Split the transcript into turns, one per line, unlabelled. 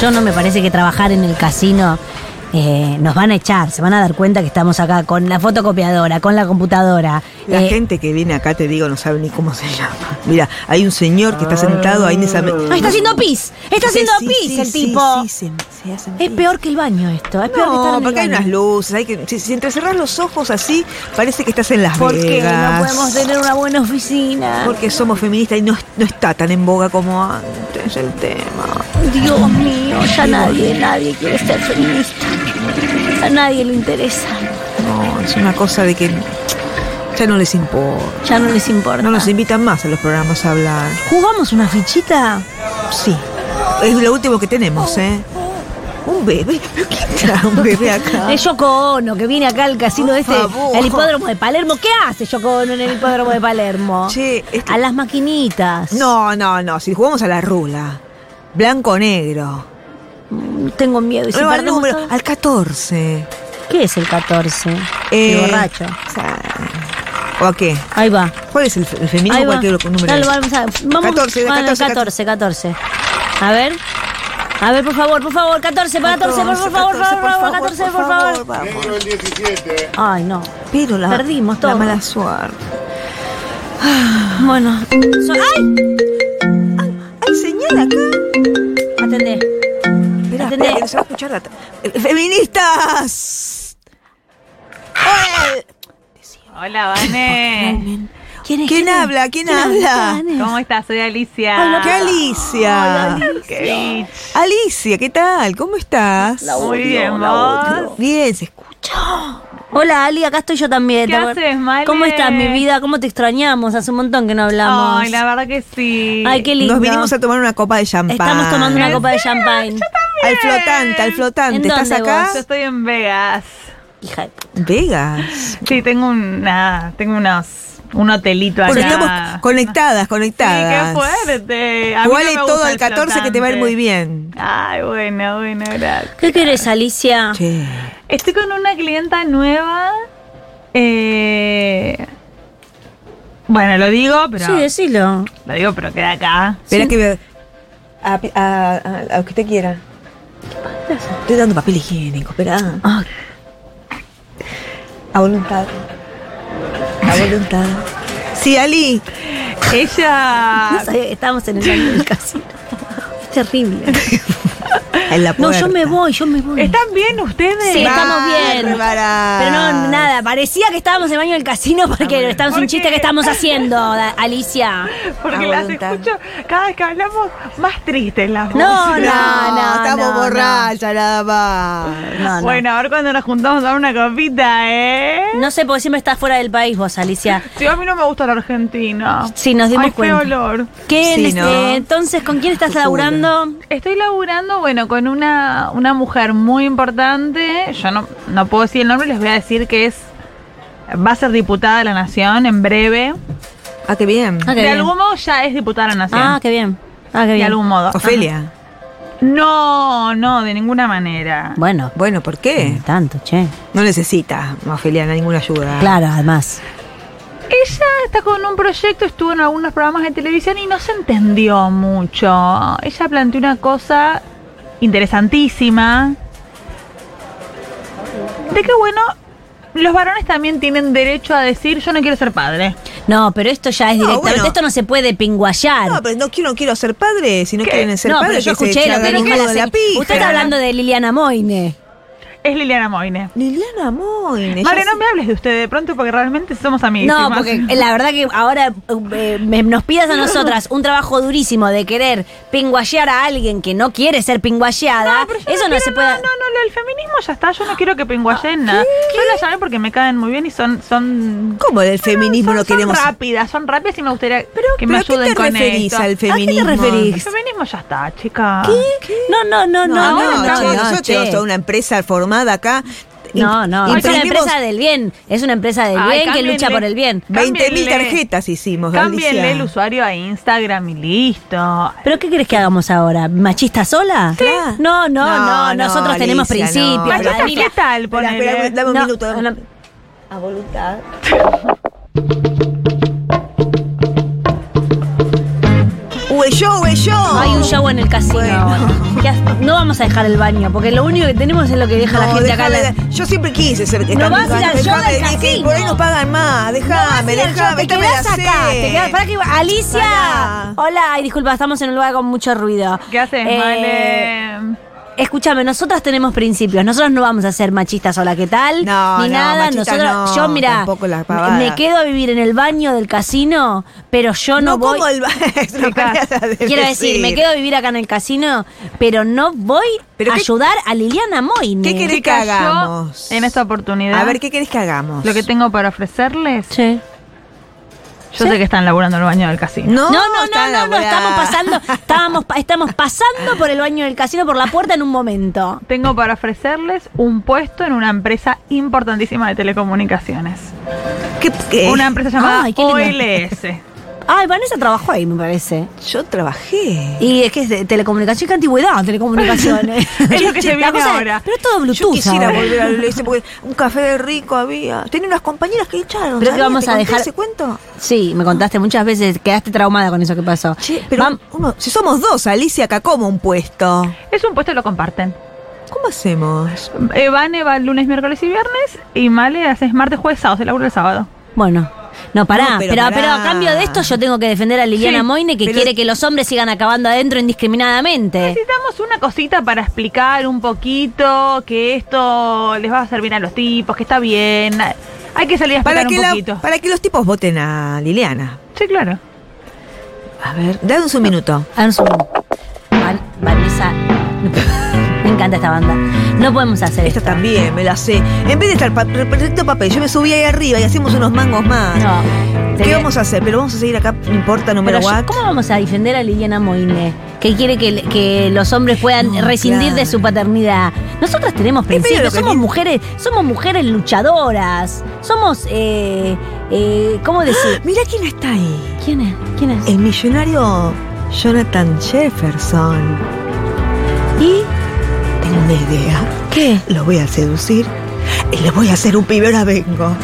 yo no me parece que trabajar en el casino eh, nos van a echar, se van a dar cuenta que estamos acá con la fotocopiadora, con la computadora.
La
eh,
gente que viene acá, te digo, no sabe ni cómo se llama. Mira, hay un señor que está sentado ahí en esa
¡Ah,
mesa.
está haciendo pis! ¡Está haciendo pis el tipo!
Sí, se, se hace
Es peor que el baño esto, es peor que estar en
No,
el
porque hay
baño.
unas luces, hay que, si, si entrecerrás los ojos así, parece que estás en Las
¿Por qué no
Vegas.
podemos tener una buena oficina?
Porque somos feministas y no, no está tan en boga como antes el tema.
Dios mío, ya nadie, nadie quiere ser feminista. A nadie le interesa.
No, es una cosa de que ya no les importa.
Ya no les importa.
No nos invitan más a los programas a hablar.
¿Jugamos una fichita?
Sí. Es lo último que tenemos, ¿eh? Un bebé. ¿Pero ¿Qué trae un bebé acá?
Es Yoko Ono, Eh, que viene acá al casino
Por
de este,
favor.
el hipódromo de Palermo. ¿Qué hace Yoko Ono en el hipódromo de Palermo?
Che, este-
A las maquinitas.
No, no, no. Si jugamos a la rula. Blanco-negro.
Mm, Tengo miedo. ¿Y si
Nuevo al
perdemos
número,
todo?
al 14.
¿Qué es el 14?
Ah. Eh,
el borracho.
¿O a qué?
Ahí va.
¿Cuál es el, fe- el feminismo?
Ahí va.
¿Cuál tiene el número?
Dale, vamos a, vamos,
14,
bueno,
14,
14, 14. A ver. A ver, por favor, por favor, 14, para 14, por, por favor, por
14,
favor, 14, por favor.
vamos.
Negro el 17.
Ay, no.
Pero la,
Perdimos todo.
la mala suerte.
Bueno. So- ¡Ay!
Hay señal acá.
Atendé.
Esperá,
Atendé.
espera, que se va a escuchar la... ta- Eh, ¡Feministas! ¡Hola!
Hola, Vané.
¿Quién es?
¿Quién habla? ¿Quién habla?
¿Cómo estás? Soy Alicia.
Hola,
¡Qué Alicia!
Qué
Alicia, ¿qué tal? ¿Cómo estás?
bitch. Muy bien, vos.
Bien, se escucha.
Hola, Ali, acá estoy yo también.
¿Qué
¿Te acuer-
haces, Male?
¿Cómo estás, mi vida? ¿Cómo te extrañamos? Hace un montón que no hablamos.
Ay, la verdad que sí.
Ay, qué lindo.
Nos vinimos a tomar una copa de champán.
Estamos tomando una
¿En
copa de champagne.
Al flotante, al
¿En
flotante. ¿Estás
dónde
acá?
Yo estoy en Vegas.
Hija de puta.
Vegas.
Sí, tengo una, tengo unos, un hotelito
Porque
acá.
estamos conectadas, conectadas.
Sí, qué fuerte. A mí
Jugale
no me
todo
gusta
al
el
14 que te va a ir muy
flotante.
bien.
Ay, bueno, bueno, gracias.
¿Qué querés, Alicia?
Che.
Estoy con una clienta nueva. Eh, bueno, lo digo, pero
Sí, decilo.
lo digo, pero queda acá.
Espera que veo. A, a, a- a lo que usted quiera. Estoy dando papel higiénico, espera.
Ay,
A voluntad. A voluntad. Sí, Ali.
Ella
no sabía que estábamos en el baño del casino. Es terrible.
En la
No,
puerta.
yo me voy, yo me voy.
¿Están bien ustedes?
Sí, estamos
Bárbara.
bien. Pero
Ah.
no, nada, parecía que estábamos en el baño del casino porque estamos un
¿Por
chiste
qué?
que estamos haciendo, da- Alicia.
Porque
Ah,
A
las
voluntad.
escucho cada vez que hablamos más tristes las
No,
voces.
no, no,
estamos
no,
borrachas nada más.
No, no.
Bueno, a ver cuando nos juntamos a dar una copita, ¿eh?
No sé, porque siempre estás fuera del país vos, Alicia.
Sí, a mí no me gusta la Argentina.
Sí, nos dimos
Ay,
cuenta.
qué olor.
¿Qué,
Sí,
les-
¿no?
eh, entonces, ¿con quién estás
Susurra.
laburando?
Estoy laburando, bueno, con una, una mujer muy importante. Yo no, no puedo decir el nombre, les voy a decir que es... Va a ser diputada de la Nación en breve.
Ah, qué bien.
Ah, qué
de
bien.
algún modo ya es diputada de la Nación.
Ah, qué bien. Ah, qué
de
bien.
algún modo.
Ofelia.
No, no, de ninguna manera.
Bueno,
Bueno, ¿por qué?
no tanto, che.
No necesita Ofelia ninguna ayuda.
Claro, además.
Ella está con un proyecto, estuvo en algunos programas de televisión y no se entendió mucho. Ella planteó una cosa interesantísima. De que bueno, los varones también tienen derecho a decir yo no quiero ser padre.
No, pero esto ya es
No,
directamente.
bueno.
Esto no se puede pinguayar.
No, pero no quiero, quiero ser padre. Si no
¿Qué?
quieren ser
No,
padre,
pero yo
que se
escuché lo
hagan
que
un
dijo
nudo
la
de la
señora.
pija.
Usted está hablando de Liliana Moine.
Es Liliana Moine.
Liliana Moyne.
Madre,
ella
no me hables de usted de pronto porque realmente somos amiguísimas.
No, porque la verdad que ahora eh, me- nos pidas a nosotras un trabajo durísimo de querer pinguallear a alguien que no quiere ser pingualleada.
No, pero yo
eso no,
quiero
se
nada,
puede. Ah,
No, no, lo del feminismo ya está. Yo no quiero que penguayen nada. Yo la llamé porque me caen muy bien y son. son
¿Cómo del feminismo
son,
lo queremos?
Son rápidas, son rápidas y me gustaría que me
¿Pero a qué
ayuden
te
con
referís
esto. Ah,
al feminismo?
referís?
El feminismo ya está, chica.
No, no, no, no.
No,
bueno,
no,
no,
che,
no,
nosotros
che.
tenemos toda una empresa formada acá.
No, no, es una
Imprimimos
empresa del bien. Es una empresa del
Ay,
bien que lucha
cámbienle.
por el bien.
20.000
Cámbienle.
tarjetas hicimos,
Cámbienle
Alicia.
el usuario a Instagram y listo.
¿Pero qué crees que hagamos ahora? ¿Machista sola? No, no, no,
No, no,
nosotros tenemos
Alicia,
principios.
no.
Machista,
Mira,
¿qué tal?
Espera,
Ponele.
espera, dame un
no,
minuto.
no,
A voluntad. Uh, el show, el show.
No hay un show en el casino. ahora. ¿Qué ha- No vamos a dejar el baño, porque lo único que tenemos es lo que deja la
No,
gente acá.
déjame
en la-
de- Yo siempre quise ser estar-
vas a ir al show
déjame,
del
dije,
casino.
Por ahí nos pagan más, déjame,
Mira, yo-
déjame,
te
¿qué me
quedás
la
acá.
sé?
Te quedás, pará que, Alicia.
Pará.
Hola, ay, disculpa, estamos en un lugar con mucho ruido.
¿Qué haces,
Eh,
Male?
Escúchame, nosotras tenemos principios. Nosotros no vamos a ser machistas, hola, ¿qué tal?
No,
ni
no,
nada.
machistas
Nosotros,
no,
yo, mira,
tampoco las
me,
pavadas.
me quedo a vivir en el baño del casino, pero yo no,
No
voy.
como el maestro.
Chicas,
Quiero decir, me quedo a vivir acá en el casino, pero no voy
Pero
a
qué-
ayudar a Liliana Moine.
¿Qué querés que
Chicas, yo,
hagamos?
en esta oportunidad,
A ver, ¿qué querés que hagamos?
lo que tengo para ofrecerles,
Che.
yo sé que están laburando en el baño del casino.
No,
No,
no, no,
está
no, no,
elaborada.
estamos pasando, estábamos, pa- estamos pasando por el baño del casino por la puerta en un momento.
Tengo para ofrecerles un puesto en una empresa importantísima de telecomunicaciones.
¿Qué- Eh. qué?
Una empresa llamada
Ay, qué lindo.
OLS.
Ay, Vanessa trabajó ahí, me parece.
Yo trabajé.
Y es que es de telecomunicación, qué antigüedad, telecomunicaciones.
Es lo que se
La
viene
cosa es-
ahora.
pero es todo Bluetooth.
Yo quisiera
ahora.
volver al ese porque un café de rico había. Tenía unas compañeras que
Pero
echaron.
que
¿sabías?
vamos
¿Te
a
conté
dejar-
ese cuento?
Sí, me contaste muchas veces, quedaste traumada con eso que pasó.
Che, pero
Vam-
uno- si somos dos, Alicia, acá como un puesto.
Es un puesto que lo comparten.
¿Cómo hacemos?
Eh, Vane va lunes, miércoles y viernes y Male haces martes, jueves, sábado, se labura el sábado.
bueno, no, pará,
No,
pero,
pero
pero, a
pará.
cambio de esto yo tengo que defender a Liliana
Sí,
Moine que
pero-
quiere que los hombres sigan acabando adentro indiscriminadamente.
Necesitamos una cosita para explicar un poquito que esto les va a servir a los tipos, que está bien. Hay que salir a
Para
explicar
que,
un
la-
poquito.
para que los tipos voten a Liliana.
Sí, claro.
A ver, danos un minuto.
Danos un momento. Van- Vanessa. Me encanta esta banda. No podemos hacer
Esta
esto.
también, me la sé. En vez de estar pa- perfecto papel, yo me subí ahí arriba y hacemos unos mangos más.
No.
¿Qué vamos a hacer? Pero vamos a seguir acá, no importa, número
Pero yo-
what.
¿Cómo vamos a defender a Liliana Moine? Que quiere que, le- que los hombres puedan
No,
rescindir de
claro.
su paternidad. Nosotras tenemos
medio lo
principios,
que
somos
tiene-
mujeres, somos mujeres luchadoras. Somos eh, eh, ¿cómo decir?
Mirá quién está ahí.
¿Quién es? ¿Quién es?
El millonario Jonathan Jefferson.
¿Y
Tengo una idea.
qué?
Lo voy a seducir y le voy a hacer un pibe, ahora vengo.